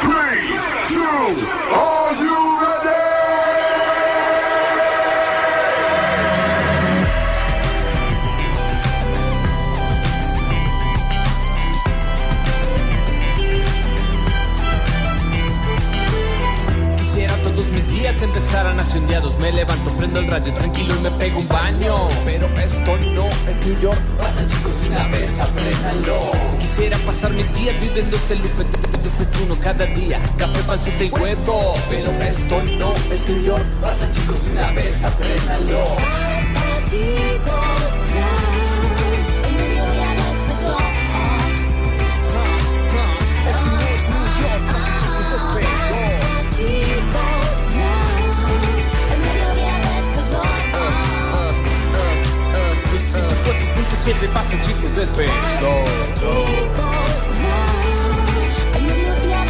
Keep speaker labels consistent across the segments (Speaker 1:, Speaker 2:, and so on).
Speaker 1: three, two. Are you ready?
Speaker 2: Quisiera todos mis días empezaran así un día dos Me levanto, prendo el radio tranquilo y me pego un baño Pero esto no es New York Pasa chicos una vez, apréndanlo Quisiera pasar mis días viviendo ese lupe desayuno cada día Café, pancita y huevo Pero esto no es New York Pasa chicos una vez, apréndanlo
Speaker 3: Chicos, ya, el mediodía despertó. Chicos, ya, el mediodía despertó.
Speaker 2: Eh, siete pasa chicos despegó
Speaker 3: Chicos, ya, el mediodía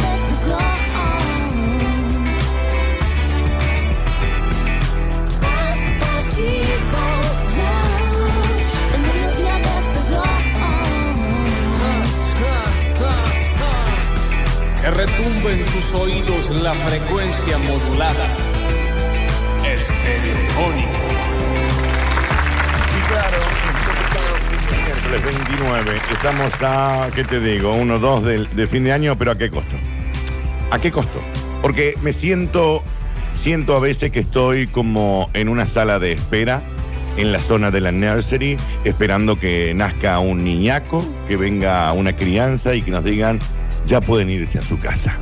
Speaker 3: despertó. Basta, chicos, ya, el mediodía despertó.
Speaker 2: Que retumbe en tus oídos la frecuencia modulada. Estereofónica.
Speaker 4: Y claro, miércoles 29, estamos a, ¿qué te digo? Uno, dos del- de, fin de año, pero ¿a qué costo? ¿A qué costo? Porque me siento, siento a veces que estoy como en una sala de espera, en la zona de la nursery, esperando que nazca un niñaco, que venga una crianza y que nos digan, ya pueden irse a su casa.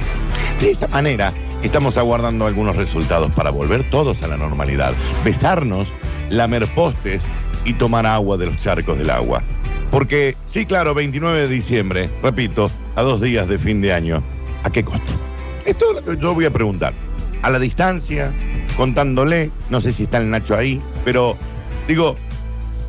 Speaker 4: De esa manera, estamos aguardando algunos resultados para volver todos a la normalidad, besarnos, lamer postes y tomar agua de los charcos del agua. Porque, sí, claro, 29 de diciembre, repito, a dos días de fin de año, ¿a qué costo? Esto es lo que yo voy a preguntar. A la distancia, contándole, no sé si está el Nacho ahí, pero digo,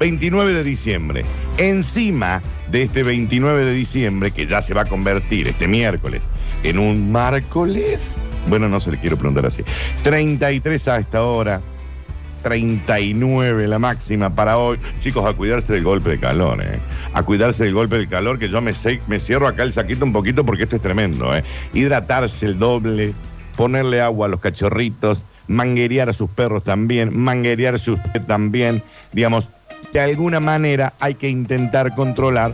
Speaker 4: 29 de diciembre. Encima de este 29 de diciembre, que ya se va a convertir este miércoles en un miércoles. Bueno, no se le quiero preguntar así. 33 a esta hora, 39 la máxima para hoy. Chicos, a cuidarse del golpe de calor, ¿eh? A cuidarse del golpe de calor, que yo me, se- me cierro acá el saquito un poquito porque esto es tremendo, ¿eh? Hidratarse el doble, ponerle agua a los cachorritos, manguerear a sus perros también, manguerearse usted también. Digamos, de alguna manera hay que intentar controlar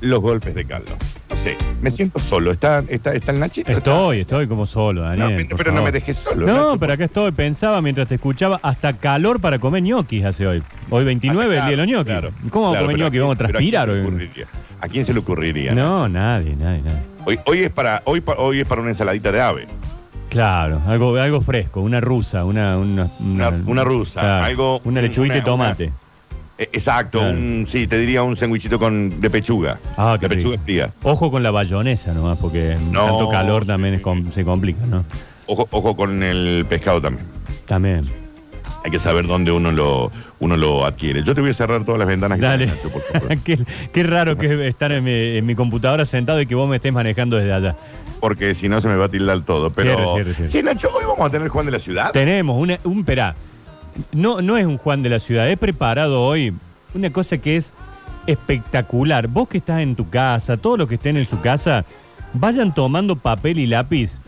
Speaker 4: los golpes de calor. No sé, me siento solo. ¿Está, está, está el Nachito?
Speaker 5: Estoy, estoy como solo,
Speaker 4: No,
Speaker 5: Daniel. por
Speaker 4: pero no me
Speaker 5: favor.
Speaker 4: dejes solo.
Speaker 5: No,
Speaker 4: Nacho,
Speaker 5: pero acá estoy. Pensaba mientras te escuchaba, hasta calor para comer ñoquis hace hoy. Hoy 29, el día de los ñoquis. ¿Cómo vamos a comer ñoquis? ¿Vamos a transpirar hoy?
Speaker 4: hoy? ¿A quién se le ocurriría? Nacho?
Speaker 5: No, nadie, nadie, nadie.
Speaker 4: Hoy, hoy es para, hoy, pa- hoy es para una ensaladita de ave,
Speaker 5: Claro, algo, algo fresco, una rusa, una... Una,
Speaker 4: una, una rusa,
Speaker 5: claro,
Speaker 4: algo...
Speaker 5: Una lechuguita de
Speaker 4: una- una-
Speaker 5: tomate.
Speaker 4: eh, exacto,
Speaker 5: Claro.
Speaker 4: un- sí, te diría un sándwichito con de pechuga.
Speaker 5: Ah, qué
Speaker 4: de pechuga
Speaker 5: rico.
Speaker 4: fría.
Speaker 5: Ojo con la bayonesa nomás, porque
Speaker 4: No,
Speaker 5: tanto calor
Speaker 4: sí.
Speaker 5: también es com- se complica, ¿no?
Speaker 4: Ojo, ojo con el pescado también.
Speaker 5: También.
Speaker 4: Hay que saber dónde uno lo, uno lo adquiere. Yo te voy a cerrar todas las ventanas. que
Speaker 5: Dale.
Speaker 4: tengas, Nacho, por favor.
Speaker 5: qué, qué raro que es estar en mi, en mi computadora sentado y que vos me estés manejando desde allá.
Speaker 4: porque si no se me va a tildar todo. Pero
Speaker 5: Cierre, cierre, cierre.
Speaker 4: sí, Nacho, hoy vamos a tener Juan de la Ciudad.
Speaker 5: Tenemos una, un perá. No, no es un Juan de la ciudad. He preparado hoy una cosa que es espectacular. Vos que estás en tu casa, todos los que estén en su casa, vayan tomando papel y lápiz.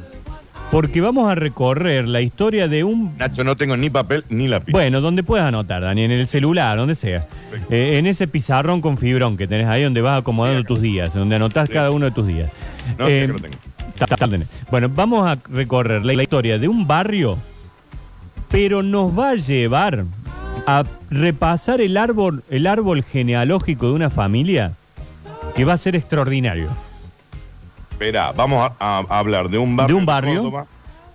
Speaker 5: Porque vamos a recorrer la historia de un.
Speaker 4: Nacho, no tengo ni papel ni lápiz.
Speaker 5: Bueno, donde puedas anotar, Dani, en el celular, donde sea. Eh, en ese pizarrón con fibrón que tenés ahí, donde vas acomodando tus días, donde anotás cada uno de tus días.
Speaker 4: no, sí
Speaker 5: Eh,
Speaker 4: que lo tengo.
Speaker 5: Ta- ta- ta- Bueno, vamos a recorrer la la historia de un barrio, pero nos va a llevar a repasar el árbol, el árbol genealógico de una familia que va a ser extraordinario.
Speaker 4: Espera, vamos a, a- a hablar de un barrio.
Speaker 5: de un barrio,
Speaker 4: Córdoba.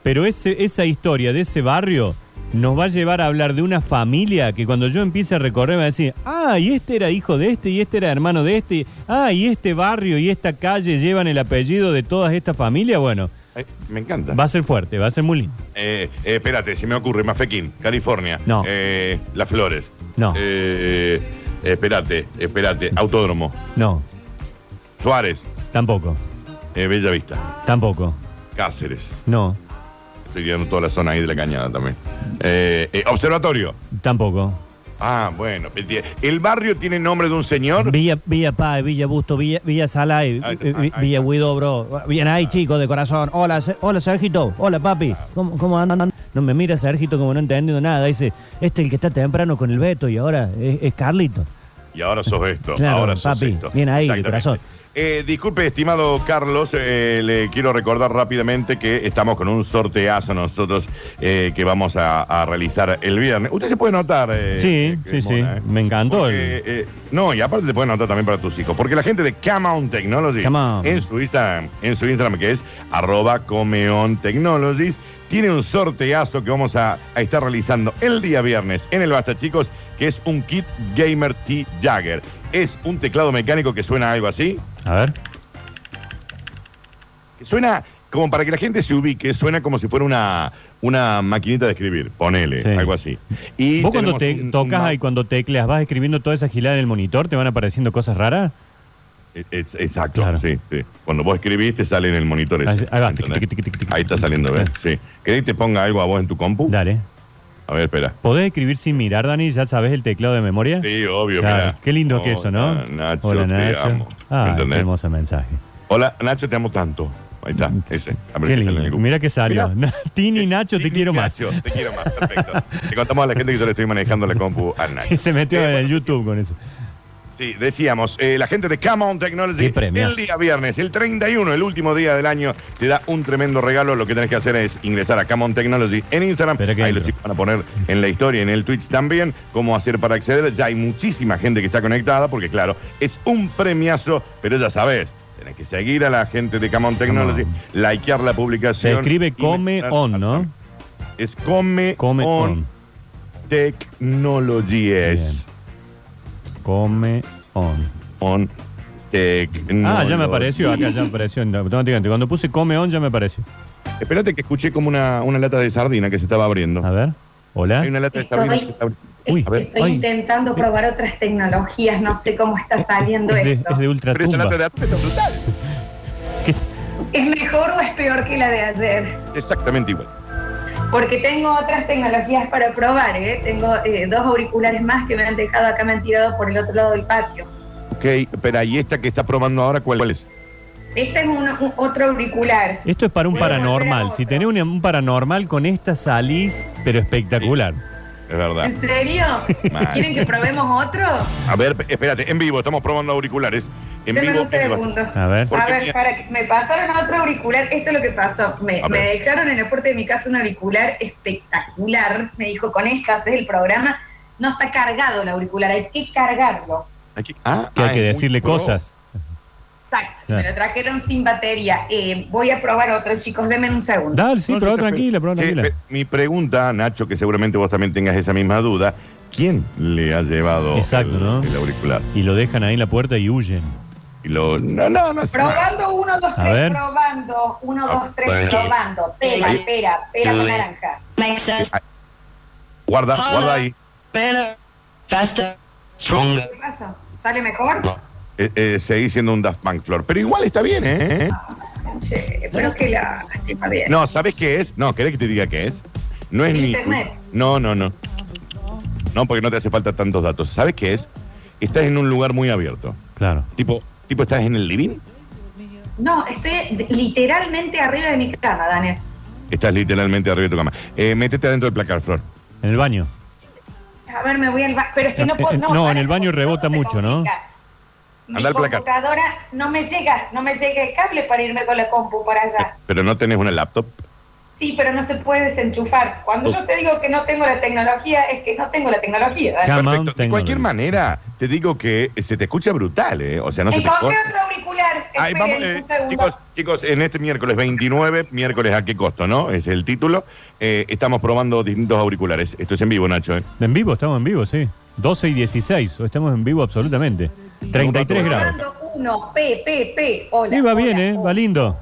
Speaker 5: pero ese- esa historia de ese barrio nos va a llevar a hablar de una familia que cuando yo empiece a recorrer me va a decir, ah, y este era hijo de este, y este era hermano de este, ah, y este barrio y esta calle llevan el apellido de todas estas familias. Bueno,
Speaker 4: Ay, me encanta.
Speaker 5: va a ser fuerte, va a ser muy lindo.
Speaker 4: Eh, eh, espérate, se me ocurre. Mafequín, California.
Speaker 5: No.
Speaker 4: Eh, Las Flores.
Speaker 5: No.
Speaker 4: Eh, espérate, espérate. Autódromo.
Speaker 5: No,
Speaker 4: Suárez.
Speaker 5: tampoco.
Speaker 4: eh, Bella Vista.
Speaker 5: Tampoco.
Speaker 4: Cáceres.
Speaker 5: No,
Speaker 4: Estoy viendo toda la zona ahí de la cañada también. Eh, eh, observatorio.
Speaker 5: tampoco.
Speaker 4: Ah, bueno. ¿El barrio tiene nombre de un señor?
Speaker 6: Villa, Villa Paz, Villa Busto, Villa, Villa Salay,
Speaker 4: Ahí-
Speaker 6: eh,
Speaker 4: ahí- ahí
Speaker 6: Villa
Speaker 4: está.
Speaker 6: Huidobro. Bien ahí, chicos, de corazón. Hola, Se- hola Sergito. Hola, papi.
Speaker 4: Ah.
Speaker 6: ¿Cómo, cómo andan? No me mira Sergito como no entendiendo nada. Dice, este el que está temprano con el Beto y ahora es, es Carlito.
Speaker 4: Y ahora sos esto.
Speaker 6: Claro,
Speaker 4: ahora sos
Speaker 6: papi,
Speaker 4: esto.
Speaker 6: bien ahí,
Speaker 4: Exactamente.
Speaker 6: corazón.
Speaker 4: Eh, disculpe, estimado Carlos, eh, le quiero recordar rápidamente que estamos con un sorteazo nosotros eh, que vamos a, a realizar el viernes. Usted se puede notar. eh,
Speaker 5: Sí,
Speaker 4: eh,
Speaker 5: sí,
Speaker 4: Mona,
Speaker 5: sí.
Speaker 4: eh.
Speaker 5: Me encantó el-
Speaker 4: Porque, eh, no, y aparte te pueden anotar también para tus hijos. Porque la gente de Come On Technologies,
Speaker 6: Come On.
Speaker 4: en su Instagram, en su Instagram que es arroba comeon technologies, tiene un sorteazo que vamos a, a estar realizando el día viernes en el Basta Chicos, que es un kit gamer T Jagger. Es un teclado mecánico que suena algo así.
Speaker 5: A ver.
Speaker 4: que Suena como para que la gente se ubique, suena como si fuera una, una maquinita de escribir, ponele,
Speaker 5: Sí.
Speaker 4: algo así. Y
Speaker 5: ¿Vos
Speaker 4: tenemos
Speaker 5: cuando te
Speaker 4: un- un
Speaker 5: tocas
Speaker 4: ma-
Speaker 5: y cuando tecleas vas escribiendo toda esa gilada en el monitor? ¿Te van apareciendo cosas raras?
Speaker 4: E-, Es- exacto,
Speaker 5: Claro.
Speaker 4: sí, sí. Cuando vos escribís, te sale en el monitor ese.
Speaker 5: Ahí- ahí va.
Speaker 4: ¿entendés?
Speaker 5: Tic, tic, tic, tic, tic.
Speaker 4: Ahí está saliendo, ¿ves? Sí. ¿Querés que te ponga algo a vos en tu compu?
Speaker 5: Dale.
Speaker 4: A ver, espera.
Speaker 5: ¿Podés escribir sin mirar, Dani? ¿Ya sabes el teclado de memoria?
Speaker 4: Sí, obvio,
Speaker 5: Claro,
Speaker 4: mirá.
Speaker 5: Qué lindo que eso, ¿no?
Speaker 4: Hola, Nacho,
Speaker 5: Hola,
Speaker 4: te
Speaker 5: Nacho.
Speaker 4: amo.
Speaker 5: Ah, qué
Speaker 4: ¿Entendés?
Speaker 5: hermoso mensaje.
Speaker 4: Hola, Nacho, te amo tanto. Ahí está, ese. A
Speaker 5: Mm. Qué
Speaker 4: qué sale en el
Speaker 5: lindo.
Speaker 4: compu.
Speaker 5: Mira que salió.
Speaker 4: Mirá. Eh,
Speaker 5: Tini Nacho, te
Speaker 4: Tini,
Speaker 5: quiero más.
Speaker 4: Nacho, te quiero más, perfecto. Te contamos a la gente que yo le estoy manejando la compu a Nacho.
Speaker 5: Y se metió
Speaker 4: Eh,
Speaker 5: en
Speaker 4: bueno,
Speaker 5: YouTube con eso.
Speaker 4: Sí, decíamos, eh, la gente de Come On Technology,
Speaker 6: Qué premios.
Speaker 4: el día viernes, el 31, el último día del año, te da un tremendo regalo. Lo que tenés que hacer es ingresar a Come On Technology en Instagram.
Speaker 5: Espera que
Speaker 4: Ahí
Speaker 5: entro.
Speaker 4: los chicos van a poner en la historia, en el Twitch también, cómo hacer para acceder. Ya hay muchísima gente que está conectada, porque claro, es un premiazo, pero ya sabés, tenés que seguir a la gente de Come On Technology, likear la
Speaker 5: Se
Speaker 4: publicación.
Speaker 5: escribe
Speaker 4: y
Speaker 5: Come
Speaker 4: mezclar-
Speaker 5: On, ¿no?
Speaker 4: Es Come,
Speaker 5: Come
Speaker 4: On,
Speaker 5: On.
Speaker 4: Technologies.
Speaker 5: Come On.
Speaker 4: On
Speaker 5: Ah,
Speaker 4: Technology.
Speaker 5: ya me apareció acá, ya me apareció automáticamente. Cuando puse Come On ya me apareció.
Speaker 4: Espérate que escuché como una, una lata de sardina que se estaba abriendo.
Speaker 5: A ver.
Speaker 4: Hay
Speaker 5: Hola.
Speaker 4: una lata de
Speaker 7: Estoy-
Speaker 4: sardina que se está abriendo.
Speaker 5: Uy,
Speaker 4: a ver.
Speaker 7: Estoy
Speaker 5: Ay.
Speaker 7: intentando probar otras tecnologías, no sé cómo está saliendo
Speaker 5: Es de,
Speaker 7: esto.
Speaker 5: es de ultra
Speaker 4: Pero esa lata de atún está brutal.
Speaker 7: ¿Es mejor o es peor que la de ayer?
Speaker 4: Exactamente igual.
Speaker 7: Porque tengo otras tecnologías para probar, ¿eh? Tengo eh, dos auriculares más que me han dejado acá, me han tirado por el otro lado del patio.
Speaker 4: Ok, pero ¿y esta que está probando ahora cuál, cuál es?
Speaker 7: Este es un, un- otro auricular.
Speaker 5: Esto es para un
Speaker 7: Voy a volver a
Speaker 5: paranormal.
Speaker 7: otro.
Speaker 5: Si tenés un, un paranormal con esta salís, pero espectacular.
Speaker 4: Es verdad.
Speaker 7: ¿En serio?
Speaker 4: Mal.
Speaker 7: ¿Quieren que probemos otro?
Speaker 4: A ver, espérate, en vivo, estamos probando auriculares. En
Speaker 7: Deme
Speaker 4: vivo.
Speaker 7: un segundo.
Speaker 5: A ver.
Speaker 4: ¿Por
Speaker 7: A
Speaker 4: qué?
Speaker 7: ver, para que me pasaron otro auricular, esto es lo que pasó. Me,
Speaker 4: A ver.
Speaker 7: me dejaron en la puerta de mi casa un auricular espectacular. Me dijo, con esta haces el programa. No está cargado el auricular, hay que cargarlo.
Speaker 4: Aquí- ah,
Speaker 5: Que hay
Speaker 4: ah,
Speaker 5: que
Speaker 4: es muy
Speaker 5: decirle
Speaker 4: pro.
Speaker 5: cosas.
Speaker 7: Exacto,
Speaker 5: Claro.
Speaker 7: me lo trajeron sin batería. Eh, voy a probar otro, chicos, denme un segundo.
Speaker 5: Dale, sí,
Speaker 4: No,
Speaker 5: pero
Speaker 4: yo te-
Speaker 5: tranquila, pero
Speaker 4: Sí, eh,
Speaker 5: tranquila.
Speaker 4: pe- Mi pregunta, Nacho, que seguramente vos también tengas esa misma duda. ¿Quién le ha llevado
Speaker 5: Exacto,
Speaker 4: el,
Speaker 5: ¿no?
Speaker 4: el auricular?
Speaker 5: Y lo dejan ahí en la puerta y huyen.
Speaker 4: Y lo- no, no, no. sé.
Speaker 7: Probando, uno, dos,
Speaker 5: A
Speaker 7: tres,
Speaker 5: ver.
Speaker 7: probando, uno, dos, tres,
Speaker 4: Ah, bueno.
Speaker 7: probando. Pera,
Speaker 4: Ahí.
Speaker 7: pera, pera con naranja.
Speaker 8: makes us
Speaker 4: Guarda, guarda ahí.
Speaker 8: better, faster, stronger.
Speaker 7: ¿Qué pasa? ¿Sale mejor?
Speaker 4: Eh, eh, seguís siendo un Daft Punk Flor. Pero igual está bien, ¿eh?
Speaker 7: Che, pero que la... está bien.
Speaker 4: No, ¿sabes qué es? No, ¿querés que te diga qué es? No es ni.
Speaker 7: Internet.
Speaker 4: No, no, no. No, porque no te hace falta tantos datos. ¿Sabes qué es? Estás en un lugar muy abierto.
Speaker 5: Claro.
Speaker 4: Tipo, tipo estás en el living,
Speaker 7: No, estoy de- literalmente arriba de mi cama, Daniel.
Speaker 4: estás literalmente arriba de tu cama. Eh, métete adentro del placar, Flor.
Speaker 5: En el baño.
Speaker 7: A ver, me voy al baño. Pero es que no
Speaker 5: Eh,
Speaker 7: puedo.
Speaker 5: eh, no, en
Speaker 7: para,
Speaker 5: el baño
Speaker 7: porque
Speaker 5: rebota
Speaker 7: todo se
Speaker 5: mucho, ¿no?
Speaker 7: complica. Mi
Speaker 4: Anda al placar.
Speaker 7: computadora no me llega, no me llega el cable para irme con la compu para allá.
Speaker 4: Pero no tenés una laptop.
Speaker 7: Sí, pero no se puede desenchufar. Cuando yo te digo que no tengo la tecnología, es que no tengo la tecnología. Daniel.
Speaker 5: Come on,
Speaker 4: Perfecto. De
Speaker 5: tengo
Speaker 4: cualquier
Speaker 5: la-
Speaker 4: manera, te digo que eh, se te escucha brutal, ¿eh? O sea, no se te
Speaker 7: Encontré
Speaker 4: corta.
Speaker 7: otro auricular.
Speaker 4: Ahí
Speaker 7: Esperen
Speaker 4: vamos, eh,
Speaker 7: un segundo.
Speaker 4: chicos, chicos, en este miércoles 29, miércoles a qué costo, ¿no? Es el título. eh, estamos probando distintos auriculares. Esto es en vivo, Nacho. ¿eh?
Speaker 5: En vivo, estamos en vivo, sí. 12 y 16. Estamos en vivo absolutamente. 33 grados.
Speaker 7: Probando uno, P, P, P. Hola.
Speaker 5: Y va
Speaker 7: hola,
Speaker 5: bien, ¿eh?
Speaker 7: hola.
Speaker 5: Va lindo.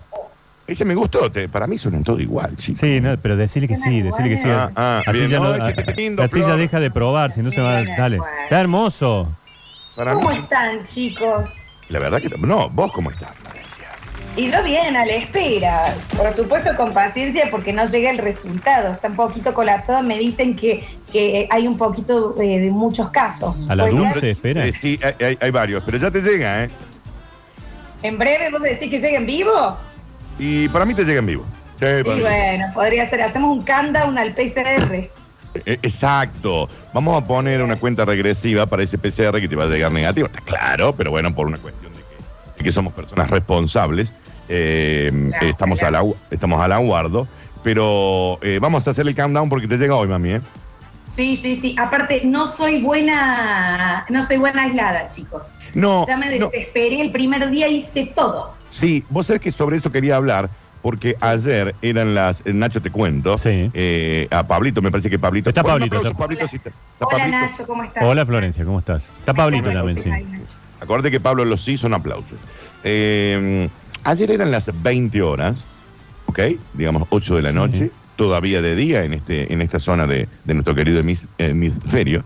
Speaker 4: Ese me gustó. te- para mí suenan todo igual, chicos.
Speaker 5: Sí, no, pero decirle que sí, decirle que sí.
Speaker 4: Ah, ah,
Speaker 5: Así
Speaker 4: bien.
Speaker 5: ya no.
Speaker 4: Ay, sí, qué lindo,
Speaker 5: Así ya
Speaker 4: Flor.
Speaker 5: deja de probar, si no se va. Dale. Está hermoso.
Speaker 4: Para mí,
Speaker 7: ¿Cómo están, chicos?
Speaker 4: la verdad que no. ¿Vos cómo estás, Florencia?
Speaker 7: Y yo bien, a la espera. Por supuesto, con paciencia, porque no llega el resultado. Está un poquito colapsado. Me dicen que que hay un poquito eh, de muchos casos. Pues,
Speaker 5: A la
Speaker 7: Puede ser.
Speaker 5: dulce, espera.
Speaker 4: Eh, sí, hay, hay- hay varios, pero ya te llega, ¿eh?
Speaker 7: ¿En breve vos decís que lleguen vivo?
Speaker 4: Y para mí te llega en vivo. Sí,
Speaker 7: Y
Speaker 4: para mí.
Speaker 7: bueno, podría ser. Hacemos un countdown al PCR.
Speaker 4: Eh, Exacto. Vamos a poner una cuenta regresiva para ese PCR que te va a llegar negativo. Está claro, pero bueno, por una cuestión de que, de que somos personas responsables. eh,
Speaker 7: Claro,
Speaker 4: estamos,
Speaker 7: claro.
Speaker 4: al agu- estamos al aguardo. Pero eh, vamos a hacer el countdown porque te llega hoy, mami, ¿eh?
Speaker 7: Sí, sí, sí. Aparte, no soy buena, no soy buena aislada, chicos.
Speaker 4: No,
Speaker 7: Ya me
Speaker 4: no.
Speaker 7: desesperé el primer día, hice todo.
Speaker 4: Sí, vos sabés que sobre eso quería hablar, porque ayer eran las. eh, Nacho, te cuento.
Speaker 5: Sí.
Speaker 4: eh, a Pablito, me parece que Pablito.
Speaker 5: Está
Speaker 4: Bueno, un
Speaker 5: Pablito,
Speaker 4: aplauso,
Speaker 5: está-
Speaker 4: Pablito,
Speaker 7: Hola.
Speaker 4: sí, está- está
Speaker 7: Hola
Speaker 4: Pablito.
Speaker 7: Nacho, ¿cómo estás?
Speaker 5: Hola Florencia, ¿cómo estás? Está Pablito
Speaker 7: Hola,
Speaker 5: también, sí.
Speaker 7: Nacho.
Speaker 4: Acuérdate que Pablo los sí son aplausos. Eh, ayer eran las 20 horas, ¿ok? Digamos 8 de la noche, todavía de día en, este, en esta zona de, de nuestro querido hemis- hemisferio.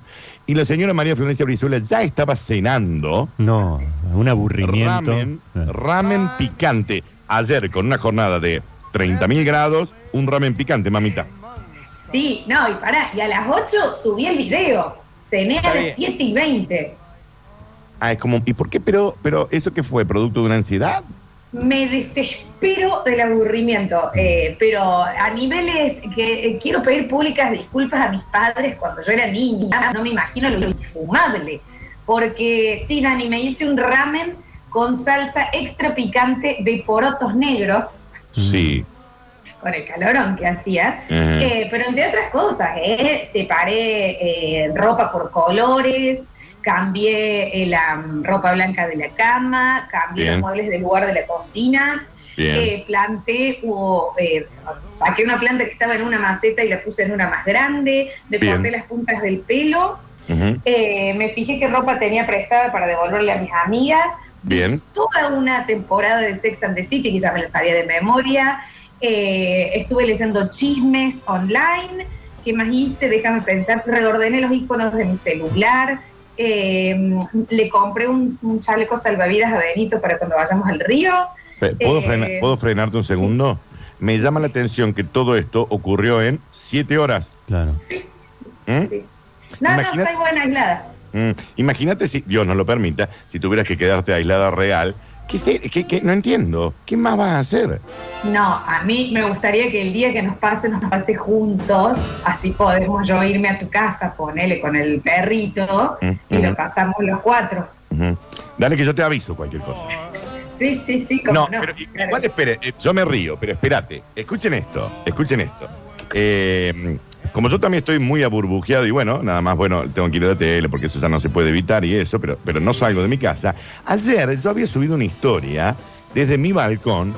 Speaker 4: Y la señora María Florencia Brizuela ya estaba cenando
Speaker 5: No, un aburrimiento.
Speaker 4: ramen,
Speaker 5: Ah.
Speaker 4: ramen picante. Ayer con una jornada de 30.000 grados, un ramen picante, mamita.
Speaker 7: Sí, no, y pará, y a las 8 subí el video. Cené a las 7 y 20.
Speaker 4: Ah, es como, ¿y por qué? Pero, pero eso que fue producto de una ansiedad.
Speaker 7: Me desespero del aburrimiento, eh, pero a niveles que eh, quiero pedir públicas disculpas a mis padres cuando yo era niña, no me imagino lo infumable, porque sí, Dani, me hice un ramen con salsa extra picante de porotos negros,
Speaker 4: Sí.
Speaker 7: con el calorón que
Speaker 4: Ajá.
Speaker 7: hacía, eh, pero entre otras cosas, eh, separé eh, ropa por colores, cambié eh, la mm, ropa blanca de la cama, cambié
Speaker 4: Bien.
Speaker 7: los muebles del lugar de la cocina.
Speaker 4: Bien.
Speaker 7: Eh, planté, o, eh, saqué una planta que estaba en una maceta y la puse en una más grande, me
Speaker 4: Bien.
Speaker 7: corté las puntas del pelo,
Speaker 4: Ujú.
Speaker 7: eh, me fijé qué ropa tenía prestada para devolverle a mis amigas,
Speaker 4: Bien.
Speaker 7: toda una temporada de Sex and the City que ya me la sabía de memoria, eh, estuve leyendo chismes online, ¿qué más hice? Déjame pensar, reordené los iconos de mi celular. eh, le compré un, un chaleco salvavidas a Benito para cuando vayamos al río.
Speaker 4: Pe- ¿Puedo,
Speaker 7: Eh,
Speaker 4: frena- ¿Puedo frenarte un segundo? Me llama la atención que todo esto ocurrió en siete horas.
Speaker 5: Claro.
Speaker 7: Sí,
Speaker 4: ¿Mm?
Speaker 7: Sí. No,
Speaker 4: Imagina-
Speaker 7: no, soy buena aislada.
Speaker 4: Mm. Imagínate si, Dios nos lo permita, si tuvieras que quedarte aislada real. ¿Qué sé? ¿Qué- qué? No entiendo. ¿Qué más vas a hacer?
Speaker 7: No, a mí me gustaría que el día que nos pase, nos pase juntos. Así podemos yo irme a tu casa, ponele con el perrito
Speaker 4: Mm,
Speaker 7: y
Speaker 4: mm.
Speaker 7: lo pasamos los cuatro.
Speaker 4: Ujú. Dale que yo te aviso cualquier cosa.
Speaker 7: Sí, sí, sí, como
Speaker 4: No,
Speaker 7: no.
Speaker 4: pero i- igual espere, eh, yo me río, pero espérate. Escuchen esto, escuchen esto. Eh, como yo también estoy muy aburbujeado y bueno, nada más, bueno, tengo que ir a la tele porque eso ya no se puede evitar y eso, pero, pero no salgo de mi casa. Ayer yo había subido una historia desde mi balcón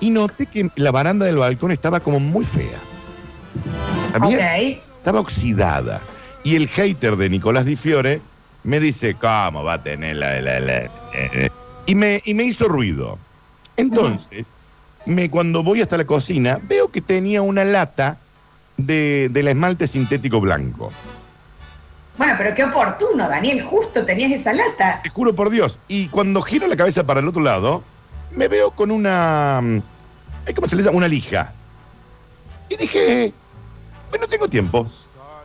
Speaker 4: y noté que la baranda del balcón estaba como muy fea. ¿Está bien?
Speaker 7: Ok.
Speaker 4: estaba oxidada. Y el hater de Nicolás Di Fiore me dice, ¿cómo va a tener la... la- la- eh, eh?" Y, me, y me hizo ruido. Entonces, me, cuando voy hasta la cocina, veo que tenía una lata de, del esmalte sintético blanco.
Speaker 7: Bueno, pero qué oportuno, Daniel, justo tenías esa lata.
Speaker 4: Te juro por Dios. Y cuando giro la cabeza para el otro lado, me veo con una... mm, ay, ¿Cómo se le llama? Una lija. Y dije, bueno, tengo tiempo.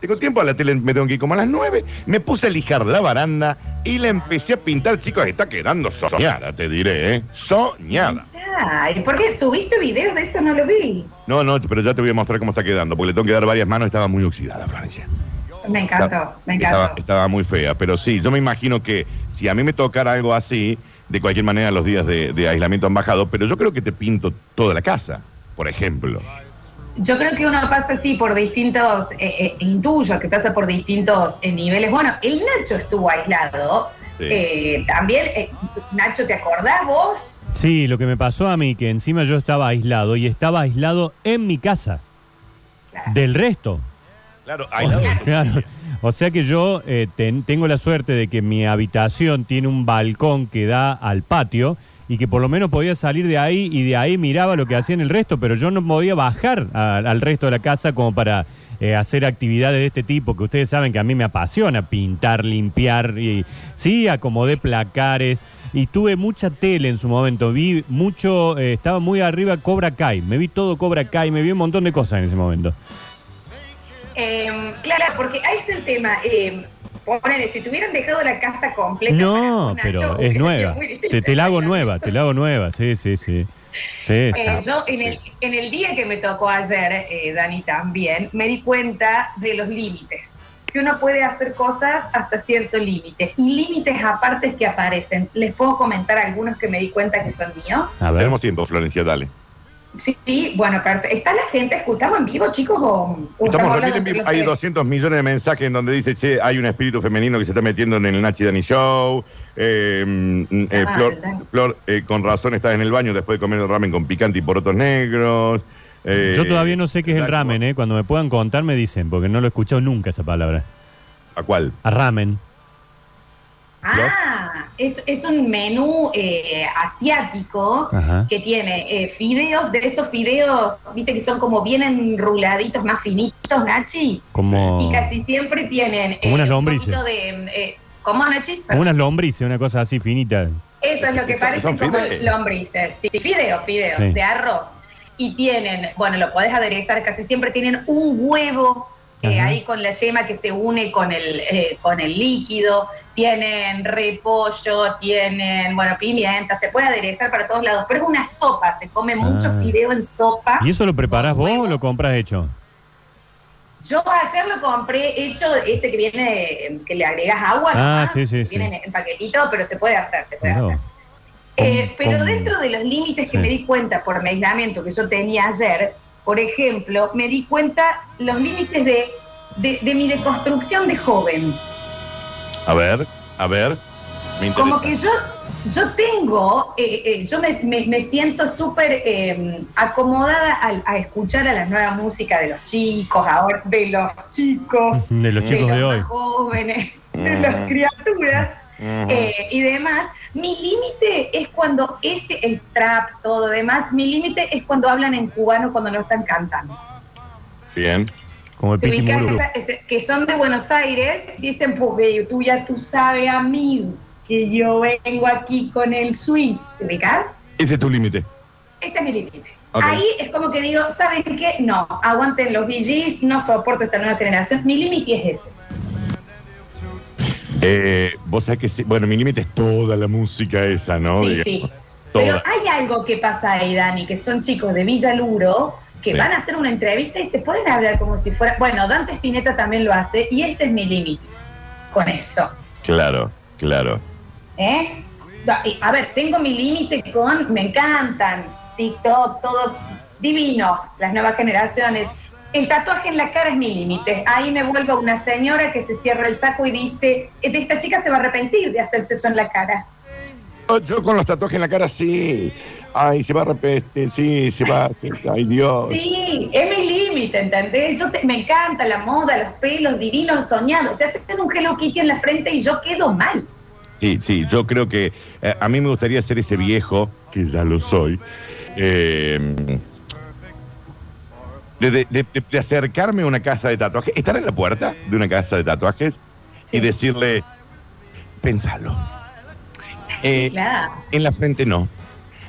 Speaker 4: Tengo tiempo, a la tele me tengo que ir como a las 9. Me puse a lijar la baranda y la empecé a pintar. Chicos, está quedando soñada, te diré, ¿eh? Soñada.
Speaker 7: Ay, ¿por qué subiste videos de eso? No lo vi.
Speaker 4: No, no, pero ya te voy a mostrar cómo está quedando, porque le tengo que dar varias manos. Estaba muy oxidada, Florencia.
Speaker 7: Me encantó, me
Speaker 4: Estaba,
Speaker 7: encantó.
Speaker 4: estaba muy fea, pero sí, yo me imagino que si a mí me tocara algo así, de cualquier manera los días de, de aislamiento han bajado, pero yo creo que te pinto toda la casa, por ejemplo.
Speaker 7: Yo creo que uno pasa así por distintos, eh, eh, intuyo que pasa por distintos eh, niveles. Bueno, el Nacho estuvo aislado.
Speaker 4: Sí.
Speaker 7: Eh, también, eh, Nacho, ¿te acordás vos?
Speaker 5: Sí, lo que me pasó a mí, que encima yo estaba aislado y estaba aislado en mi casa
Speaker 7: Claro.
Speaker 5: del resto.
Speaker 4: Claro,
Speaker 5: Claro. O sea que yo eh, ten- tengo la suerte de que mi habitación tiene un balcón que da al patio y que por lo menos podía salir de ahí y de ahí miraba lo que hacían el resto, pero yo no podía bajar a- al resto de la casa como para eh, hacer actividades de este tipo, que ustedes saben que a mí me apasiona pintar, limpiar y sí, acomodé placares y tuve mucha tele en su momento, vi mucho, eh, estaba muy arriba Cobra Kai, me vi todo Cobra Kai, me vi un montón de cosas en ese momento.
Speaker 7: eh, claro, porque ahí está el tema. Eh, ponele, si te hubieran dejado la casa completa.
Speaker 5: No,
Speaker 7: para un
Speaker 5: pero
Speaker 7: año,
Speaker 5: es
Speaker 7: hubiese sido
Speaker 5: nueva.
Speaker 7: muy distinto.
Speaker 5: Te, te la hago nueva, te la hago nueva. Sí, sí, sí. Sí.
Speaker 7: Eh, yo en el, en el día que me tocó ayer, eh, Dani también, me di cuenta de los límites. Que uno puede hacer cosas hasta cierto límite. Y límites apartes que aparecen. Les puedo comentar algunos que me di cuenta que son míos.
Speaker 5: A ver.
Speaker 4: Tenemos tiempo, Florencia, dale.
Speaker 7: Sí, sí, bueno, perfecto. ¿Está la gente escuchando en vivo, chicos? O, o
Speaker 4: Estamos
Speaker 7: hablando
Speaker 4: realmente en vivo.
Speaker 7: entre
Speaker 4: Hay
Speaker 7: los tres?
Speaker 4: 200 millones de mensajes en donde dice, che, hay un espíritu femenino que se está metiendo en el Nachi Dani Show. Eh, mm, eh,
Speaker 7: Ah,
Speaker 4: Flor,
Speaker 7: el Dani.
Speaker 4: Flor, eh, con razón estás en el baño después de comer el ramen con picante y porotos negros. Eh,
Speaker 5: Yo todavía no sé qué es el
Speaker 4: Dani,
Speaker 5: ramen, ¿eh? Cuando me puedan contar me dicen, porque no lo he escuchado nunca esa palabra.
Speaker 4: ¿A cuál?
Speaker 5: A ramen.
Speaker 7: Ah, es, es un menú eh, asiático
Speaker 5: Ajá.
Speaker 7: que tiene eh, fideos, de esos fideos, viste que son como bien enruladitos, más finitos, Nachi.
Speaker 5: Como,
Speaker 7: Y casi siempre tienen eh,
Speaker 5: Como unas lombrices.
Speaker 7: un poquito de... eh, ¿Cómo, Nachi?
Speaker 5: como unas lombrices, una cosa así finita.
Speaker 7: Eso es lo que
Speaker 4: Eso-
Speaker 7: parecen
Speaker 4: son
Speaker 7: como
Speaker 4: fideos.
Speaker 7: lombrices. Sí, sí, fideos, fideos,
Speaker 5: Sí.
Speaker 7: de arroz. Y tienen, bueno, lo podés aderezar, casi siempre tienen un huevo eh,
Speaker 5: Ajá.
Speaker 7: ahí con la yema que se une con el, eh, con el líquido. Tienen repollo, tienen, bueno, pimienta, se puede aderezar para todos lados. Pero es una sopa, se come mucho
Speaker 5: Ah.
Speaker 7: fideo en sopa.
Speaker 5: ¿Y eso lo preparás
Speaker 7: con
Speaker 5: vos
Speaker 7: huevo.
Speaker 5: o lo compras hecho?
Speaker 7: Yo ayer lo compré hecho, ese que viene, que le agregas agua.
Speaker 5: Ah,
Speaker 7: nomás,
Speaker 5: sí, sí,
Speaker 7: que
Speaker 5: sí.
Speaker 7: Viene en paquetito, pero se puede hacer, se puede
Speaker 5: Mirá
Speaker 7: hacer.
Speaker 5: vos.
Speaker 7: Eh,
Speaker 5: Con-
Speaker 7: pero
Speaker 5: con-
Speaker 7: dentro de los límites
Speaker 5: Sí.
Speaker 7: que me di cuenta por mi aislamiento que yo tenía ayer, por ejemplo, me di cuenta los límites de, de, de mi deconstrucción de joven.
Speaker 4: A ver, a ver. Me interesa.
Speaker 7: Como que yo, yo tengo, eh, eh, yo me, me- me siento súper eh, acomodada al- a, escuchar a la nueva música de los chicos, ahora de los chicos,
Speaker 5: De los chicos
Speaker 7: de los
Speaker 5: de hoy.
Speaker 7: más jóvenes, de las
Speaker 4: Ujú.
Speaker 7: criaturas.
Speaker 4: Ujú.
Speaker 7: eh, y demás. Mi límite es cuando ese, el trap, todo demás, mi límite es cuando hablan en cubano cuando no están cantando.
Speaker 4: Bien.
Speaker 5: Como el
Speaker 7: Te
Speaker 5: Piti
Speaker 7: ubicás
Speaker 5: Mururu.
Speaker 7: esa- ese- que son de Buenos Aires, dicen porque tú ya tú sabes a mí que yo vengo aquí con el swing. ¿Te ubicás?
Speaker 4: Ese es tu límite.
Speaker 7: Ese es mi límite.
Speaker 4: Ok.
Speaker 7: Ahí es como que digo, ¿saben qué? No, aguanten los VGs, no soporto esta nueva generación. Mi límite es ese.
Speaker 4: Eh, vos sabés que sí. Bueno, mi límite es toda la música esa, ¿no?
Speaker 7: Sí,
Speaker 4: Digamos,
Speaker 7: sí. Pero
Speaker 4: Toda.
Speaker 7: hay algo que pasa ahí, Dani, que son chicos de Villaluro que
Speaker 4: Sí.
Speaker 7: van a hacer una entrevista y se pueden hablar como si fuera. Bueno, Dante Spinetta también lo hace y ese es mi límite con eso.
Speaker 4: Claro, claro.
Speaker 7: ¿eh? Da- y, A ver, tengo mi límite con. Me encantan TikTok, todo divino, las nuevas generaciones. El tatuaje en la cara es mi límite. Ahí me vuelvo una señora que se cierra el saco y dice: "Eh, Esta chica se va a arrepentir de hacerse eso en la cara.
Speaker 4: Yo- Yo con los tatuajes en la cara, sí. Ay, se va a repetir, sí, se va. sí. Ay, Dios.
Speaker 7: Sí, es mi límite, ¿entendés? Yo te- me encanta la moda, los pelos divinos, soñados. Se hacen un Hello Kitty en la frente y yo quedo mal.
Speaker 4: Sí, sí, yo creo que eh, a mí me gustaría ser ese viejo, que ya lo soy, eh, de, de- de- de- de acercarme a una casa de tatuajes, estar en la puerta de una casa de tatuajes y
Speaker 7: Sí.
Speaker 4: decirle, pensalo. Eh,
Speaker 7: Claro.
Speaker 4: en la frente no.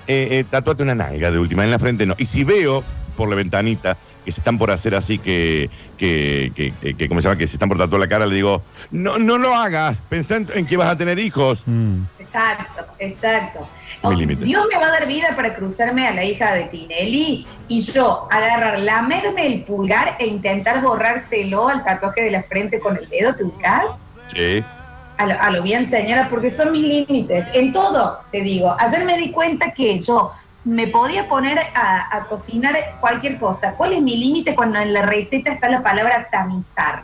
Speaker 4: Eh, eh, tatuate una nalga de última, en la frente no. Y si veo por la ventanita que se están por hacer así que, que, que, que- que, ¿cómo se llama? Que se están por tatuar la cara, le digo, no, no lo hagas, pensá en, en que vas a tener hijos.
Speaker 5: Mm.
Speaker 7: Exacto, exacto.
Speaker 4: Mi
Speaker 7: Oh,
Speaker 4: límite.
Speaker 7: Dios me va a dar vida para cruzarme a la hija de Tinelli y yo agarrar, lamerme el pulgar e intentar borrárselo al tatuaje de la frente con el dedo, ¿te ubicás?
Speaker 4: Sí.
Speaker 7: A lo, a lo bien, señora, porque son mis límites. En todo, te digo. Ayer me di cuenta que yo me podía poner a, a cocinar cualquier cosa. ¿Cuál es mi límite cuando en la receta está la palabra tamizar?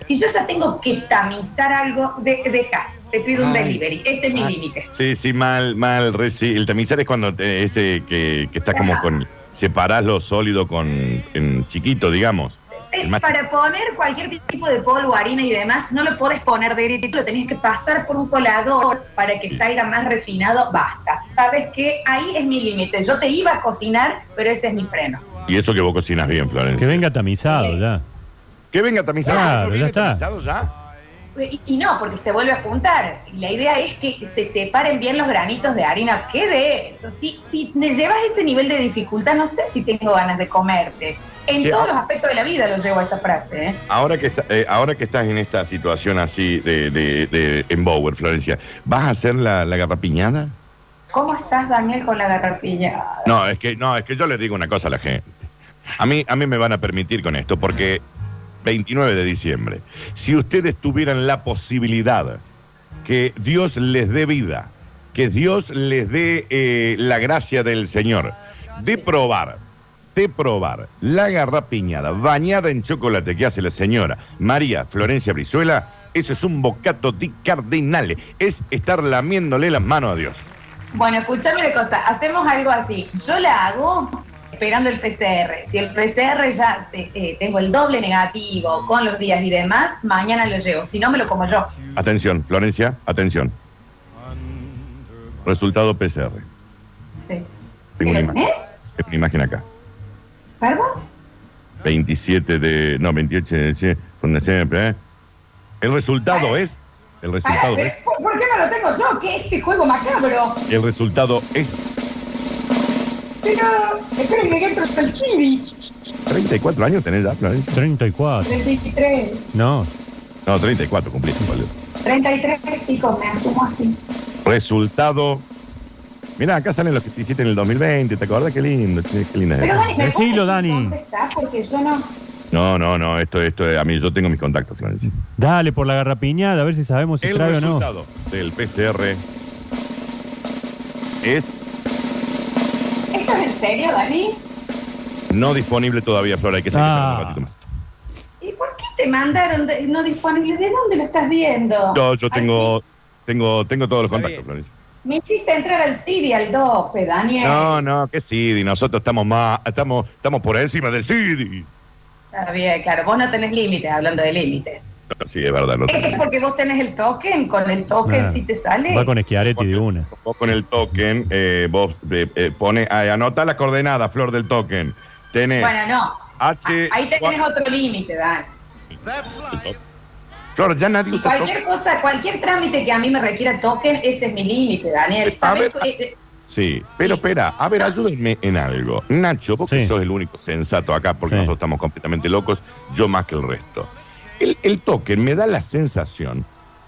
Speaker 7: Si yo ya tengo que tamizar algo, de, deja, te pido un delivery. Ese es mi límite.
Speaker 4: Sí, sí, mal, mal. re- sí. El tamizar es cuando te- ese que, que está como con. Separás lo sólido con. en chiquito, digamos.
Speaker 7: Eh,
Speaker 4: El más
Speaker 7: Para poner cualquier tipo de polvo, harina y demás, no lo podés poner directo, lo tenés que pasar por un colador para que salga más refinado, basta. Sabes que ahí es mi límite. Yo te iba a cocinar, pero ese es mi freno.
Speaker 4: Y eso que vos cocinas bien, Florencia.
Speaker 5: Que venga tamizado
Speaker 7: Sí.
Speaker 5: ya.
Speaker 4: Que venga tamizado.
Speaker 5: Claro,
Speaker 4: ¿No
Speaker 5: ya
Speaker 4: viene
Speaker 5: está.
Speaker 4: tamizado ya?
Speaker 7: Y, y no, porque se vuelve a juntar. Y La idea es que se separen bien los granitos de harina. ¿Qué de eso? Si, si me llevas ese nivel de dificultad, no sé si tengo ganas de comerte. En
Speaker 4: Sí,
Speaker 7: todos
Speaker 4: ah-
Speaker 7: los aspectos de la vida lo llevo a esa frase, ¿eh?
Speaker 4: Ahora que, está- eh, ahora que estás en esta situación así de, de, de- en Bower, Florencia, ¿vas a hacer la, la garrapiñada?
Speaker 7: ¿Cómo estás, Daniel, con la garrapilla?
Speaker 4: No, es que no, es que yo les digo una cosa a la gente. A mí, a mí me van a permitir con esto, porque 29 de diciembre, si ustedes tuvieran la posibilidad que Dios les dé vida, que Dios les dé eh, la gracia del Señor, de probar, de probar la garrapiñada bañada en chocolate que hace la señora María Florencia Brizuela, eso es un bocato di cardinale, es estar lamiéndole las manos a Dios.
Speaker 7: Bueno, escúchame una cosa, hacemos algo así. Yo la hago esperando el PCR. Si el PCR ya se- eh, tengo el doble negativo con los días y demás, mañana lo llevo. Si no, me lo como yo.
Speaker 4: Atención, Florencia, atención. Resultado PCR.
Speaker 7: Sí.
Speaker 4: Tengo una imagen.
Speaker 7: ¿Tenés?
Speaker 4: Tengo una imagen acá.
Speaker 7: ¿Perdón?
Speaker 4: 27 de. No, 28 de de- de siempre, ¿eh? El resultado es. El
Speaker 7: Pará,
Speaker 4: resultado es.
Speaker 5: ¿eh?
Speaker 7: pero ¿por, por qué no lo tengo yo? ¿Qué es este juego macabro?
Speaker 4: El resultado es.
Speaker 7: Pero, esperen que entro hasta el Civi.
Speaker 4: 34 años tenés ya, Florencia.
Speaker 5: 34.
Speaker 7: 33.
Speaker 5: No.
Speaker 4: No, 34 cumpliste, boludo.
Speaker 7: 33, chicos, me asumo así.
Speaker 4: Resultado. Mirá, acá salen los que te hiciste en el 2020, ¿te acordás? Qué lindo, che, qué linda
Speaker 7: Pero,
Speaker 4: era.
Speaker 7: Dani, ¿me
Speaker 5: Eh, Decilo,
Speaker 7: puedes decir
Speaker 5: Dani.
Speaker 7: ¿Dónde está? Porque yo no.
Speaker 4: No, no, no, esto, esto, a mí yo tengo mis contactos, Florencia.
Speaker 5: Dale por la garrapiñada, a ver si sabemos si
Speaker 4: El
Speaker 5: trae o no.
Speaker 4: resultado del PCR es
Speaker 7: ¿Esto es en serio, Dani?
Speaker 4: no disponible todavía, Flora. Hay que seguir
Speaker 5: Ah.
Speaker 4: esperando un ratito más.
Speaker 7: ¿Y por qué te mandaron de- no disponible? ¿De dónde lo estás viendo?
Speaker 4: Yo, yo
Speaker 7: Ay,
Speaker 4: tengo, tengo, tengo todos los contactos,
Speaker 2: bien.
Speaker 4: Florencia.
Speaker 7: me, me hiciste entrar al CIDI, al dope, Daniel.
Speaker 4: No, no, que CIDI. Nosotros estamos más, estamos, estamos por encima del CIDI.
Speaker 7: Está bien, claro. Vos no tenés límites, hablando de límites.
Speaker 4: Sí, es verdad. Lo
Speaker 7: ¿Es porque vos tenés el token? Con el token
Speaker 5: Ah.
Speaker 7: sí te sale.
Speaker 5: Va con Esquiareti de una.
Speaker 4: Vos con el token, eh, vos eh, eh, pone, ah, anota las coordenadas, Flor, del token. Tenés
Speaker 7: Bueno, no. Ah,
Speaker 4: H.
Speaker 7: Ahí tenés
Speaker 4: cuatro-
Speaker 7: otro límite, Dani.
Speaker 4: el token. Flor, ya nadie
Speaker 7: Y
Speaker 4: usa token.
Speaker 7: cualquier cosa, cualquier trámite que a mí me requiera token, ese es mi límite, Daniel.
Speaker 4: ver,
Speaker 7: ¿Sabés?
Speaker 4: a-
Speaker 7: Eh, eh,
Speaker 4: Sí, pero
Speaker 7: Sí. Ah.
Speaker 4: espera, a ver, ayúdenme en algo. Nacho, vos que
Speaker 5: Sí.
Speaker 4: sos el único sensato acá, porque
Speaker 5: Sí.
Speaker 4: nosotros estamos completamente locos, yo más que el resto. El, el token me da la sensación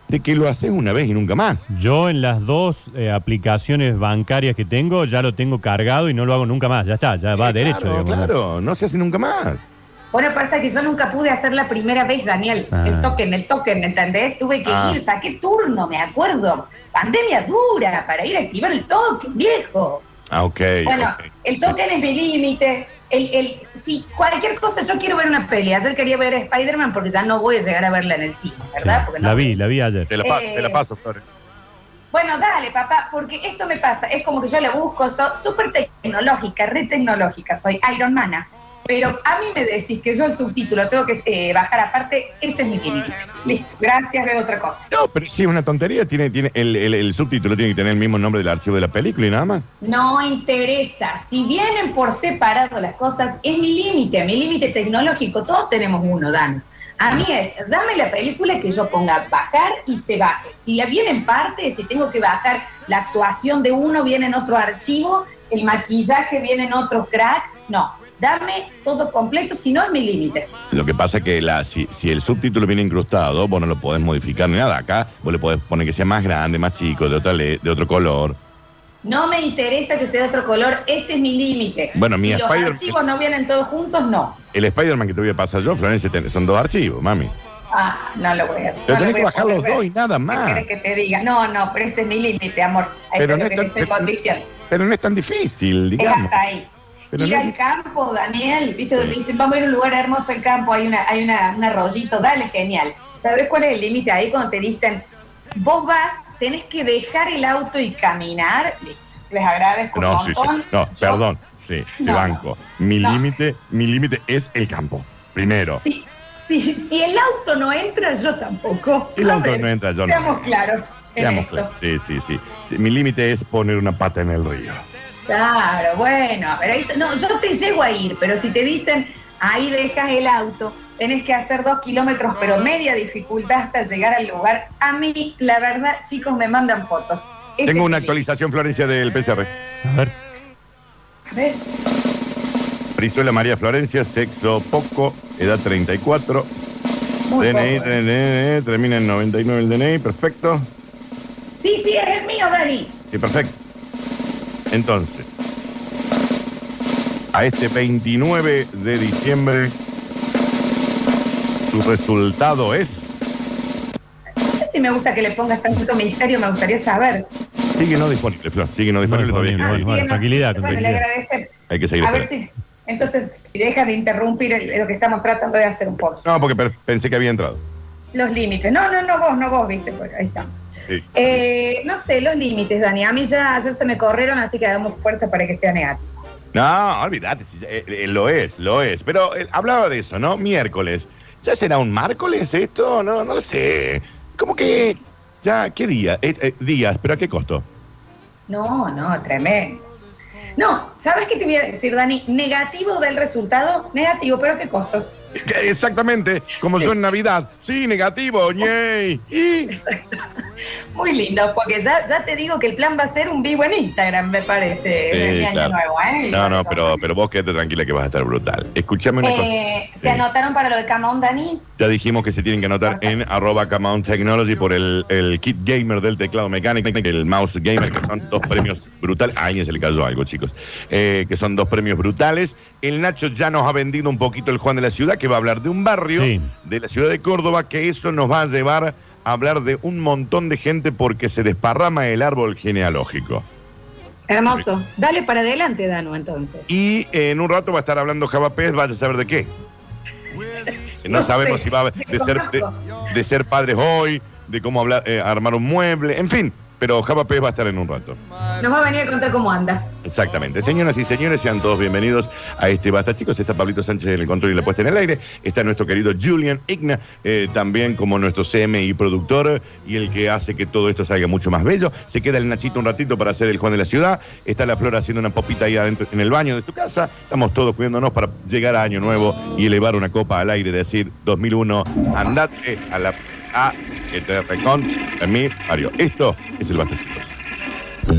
Speaker 4: de que lo haces una vez y nunca más.
Speaker 5: Yo en las dos eh, aplicaciones bancarias que tengo ya lo tengo cargado y no lo hago nunca más. Ya está, ya va
Speaker 4: Sí,
Speaker 5: derecho.
Speaker 4: Claro,
Speaker 5: digamos.
Speaker 4: claro, no se hace nunca más.
Speaker 7: Bueno, pasa que yo nunca pude hacer la primera vez, Daniel.
Speaker 5: Ah.
Speaker 7: El token, el token, ¿entendés? Tuve que
Speaker 4: Ah.
Speaker 7: ir, saqué turno, me acuerdo. Pandemia dura para ir a activar el token, viejo.
Speaker 4: Ah, ok.
Speaker 7: Bueno,
Speaker 4: ok.
Speaker 7: el token es mi límite. El, el, si cualquier cosa, yo quiero ver una peli. Ayer quería ver Spider-Man porque ya no voy a llegar a verla en el cine,
Speaker 5: Sí,
Speaker 7: ¿verdad? Porque no-
Speaker 5: La vi, la vi ayer.
Speaker 4: Te la, pa-
Speaker 7: eh,
Speaker 4: te la paso, Flores.
Speaker 7: Bueno, dale, papá, porque esto me pasa. Es como que yo la busco, soy súper tecnológica, re tecnológica, soy Iron Mana. Pero a mí me decís que yo el subtítulo tengo que eh, bajar aparte, ese es mi límite. Listo, gracias, veo otra cosa.
Speaker 4: No, pero sí, es una tontería. Tiene, tiene el, el- el subtítulo tiene que tener el mismo nombre del archivo de la película y nada más.
Speaker 7: No interesa. Si vienen por separado las cosas, es mi límite, mi límite tecnológico. Todos tenemos uno, Dan. A mí es, dame la película que yo ponga bajar y se baje. Si la viene en parte, si tengo que bajar la actuación de uno, viene en otro archivo, el maquillaje viene en otro crack. No, dame todo completo, si no es mi límite.
Speaker 4: Lo que pasa es que la, si, si el subtítulo viene incrustado, vos no lo podés modificar ni nada. Acá vos le podés poner que sea más grande, más chico, de, otra le- de otro color.
Speaker 7: No me interesa que sea de otro color, ese es mi límite.
Speaker 4: Bueno, mi
Speaker 7: si los
Speaker 4: Spider-
Speaker 7: archivos no vienen todos juntos, no.
Speaker 4: El Spider-Man que te voy a pasar yo, Florencia, ten- son dos archivos, mami.
Speaker 7: Ah, no lo voy a no
Speaker 4: Pero
Speaker 7: lo
Speaker 4: tenés
Speaker 7: voy
Speaker 4: que
Speaker 7: a
Speaker 4: bajar
Speaker 7: poder
Speaker 4: los
Speaker 7: ver.
Speaker 4: dos y nada
Speaker 7: ¿Qué
Speaker 4: más.
Speaker 7: querés que te diga? No, no, pero ese es mi límite, amor. Ahí
Speaker 4: Pero
Speaker 7: está
Speaker 4: no
Speaker 7: lo que te
Speaker 4: está-
Speaker 7: estoy condicionando.
Speaker 4: Pero no es tan difícil,
Speaker 7: Es
Speaker 4: digamos.
Speaker 7: hasta ahí.
Speaker 4: Pero
Speaker 7: ir
Speaker 4: no-
Speaker 7: al campo, Daniel, viste, donde
Speaker 4: Sí.
Speaker 7: dicen, vamos a ir a un lugar hermoso el campo, hay una, hay una, un arroyito, dale, genial. ¿Sabés cuál es el límite ahí cuando te dicen, vos vas, tenés que dejar el auto y caminar? Listo. Les agradezco un
Speaker 4: No, sí,
Speaker 7: montón.
Speaker 4: sí. No,
Speaker 7: Yo-
Speaker 4: perdón. Sí, te
Speaker 7: No.
Speaker 4: banco. Mi
Speaker 7: No.
Speaker 4: límite, mi límite es el campo. Primero.
Speaker 7: Sí, sí, si el auto no entra, yo tampoco.
Speaker 4: Si el
Speaker 7: A
Speaker 4: auto
Speaker 7: ver,
Speaker 4: no entra, yo no.
Speaker 7: Seamos claros. en
Speaker 4: Seamos
Speaker 7: esto.
Speaker 4: claros. Sí, sí, sí, Sí, Mi límite es poner una pata en el río.
Speaker 7: Claro, bueno, a ver, ahí- no, yo te llego a ir, pero si te dicen, ahí dejas el auto, tenés que hacer dos kilómetros, pero media dificultad hasta llegar al lugar, a mí, la verdad, chicos, me mandan fotos. Ese
Speaker 4: Tengo una
Speaker 7: es mi-
Speaker 4: actualización, Florencia, del PCR.
Speaker 5: A ver.
Speaker 7: A ver,
Speaker 4: Brizuela María Florencia, sexo poco, edad 34.
Speaker 7: Muy
Speaker 4: DNI,
Speaker 7: poco,
Speaker 4: DNI, termina en 99 el DNI, perfecto.
Speaker 7: Sí, sí, es el mío, Dani.
Speaker 4: Sí, perfecto. Entonces, a este 29 de diciembre, su resultado es.
Speaker 7: No sé si me gusta que le pongas tanto misterio, me gustaría saber. Ah,
Speaker 4: Sigue no disponible, Flor. Sigue no disponible todavía.
Speaker 5: disponible, Bueno,
Speaker 7: sí,
Speaker 5: bueno,
Speaker 7: no,
Speaker 5: tranquilidad,
Speaker 7: Bueno, le
Speaker 5: tranquilidad.
Speaker 7: agradece.
Speaker 4: Hay que seguir
Speaker 7: A ver
Speaker 4: esperando.
Speaker 7: si. Entonces, si deja de interrumpir el- lo que estamos tratando de hacer un poco.
Speaker 4: No, porque per- pensé que había entrado.
Speaker 7: Los límites. No, no, no, vos, no vos, viste. Bueno, ahí estamos.
Speaker 4: Sí.
Speaker 7: Eh, no sé, los límites, Dani. A mí ya ayer se me corrieron, así que damos fuerza para que sea negativo.
Speaker 4: No, olvídate, si ya- eh, eh, lo es, lo es. Pero eh, hablaba de eso, ¿no? Miércoles. ¿Ya será un miércoles esto? No, no lo sé. Como que ya, ¿qué día? Eh, eh, días, pero ¿a qué costo?
Speaker 7: No, no, tremendo. No, ¿sabes qué te voy a decir, Dani? Negativo del resultado, negativo, pero ¿qué costos?
Speaker 4: Que- Exactamente, como yo en Navidad. Sí, negativo, ñey. Y
Speaker 7: Exacto. Muy lindo, porque ya, ya te digo que el plan va a ser un vivo en Instagram, me parece.
Speaker 4: Sí,
Speaker 7: de año
Speaker 4: claro.
Speaker 7: nuevo, ¿eh?
Speaker 4: No, no, pero, pero vos quédate tranquila que vas a estar brutal. Escuchame una
Speaker 7: Eh,
Speaker 4: cosa.
Speaker 7: ¿Se
Speaker 4: Sí.
Speaker 7: anotaron para lo de Camón, Dani?
Speaker 4: Ya dijimos que se tienen que anotar en arroba Camount Technology por el, el kit gamer del teclado mecánico, el mouse gamer, que son dos premios brutales. A alguien se le cayó algo, chicos. Eh, que son dos premios brutales. El Nacho ya nos ha vendido un poquito el Juan de la Ciudad, que va a hablar de un barrio
Speaker 5: Sí.
Speaker 4: de la ciudad de Córdoba, que eso nos va a llevar a hablar de un montón de gente porque se desparrama el árbol genealógico.
Speaker 7: Hermoso. Dale para adelante, Danu, entonces.
Speaker 4: Y en un rato va a estar hablando Java Pérez, vaya a saber de qué. No
Speaker 7: No
Speaker 4: sabemos
Speaker 7: sé,
Speaker 4: si va a- de
Speaker 7: desconozco.
Speaker 4: ser, de, de ser padres hoy, de cómo hablar, eh, armar un mueble, en fin. Pero Java Pérez va a estar en un rato.
Speaker 7: Nos va a venir a contar cómo anda.
Speaker 4: Exactamente. Señoras y señores, sean todos bienvenidos a este Basta Chicos. Está Pablito Sánchez en el control y la puesta en el aire. Está nuestro querido Julian Igna, eh, también como nuestro CMI productor y el que hace que todo esto salga mucho más bello. Se queda el Nachito un ratito para hacer el Juan de la Ciudad. Está la Flor haciendo una popita ahí adentro en el baño de su casa. Estamos todos cuidándonos para llegar a Año Nuevo y elevar una copa al aire, decir 2001, andate a la... A, que te a mí, Mario. Esto es el Basta Chicos.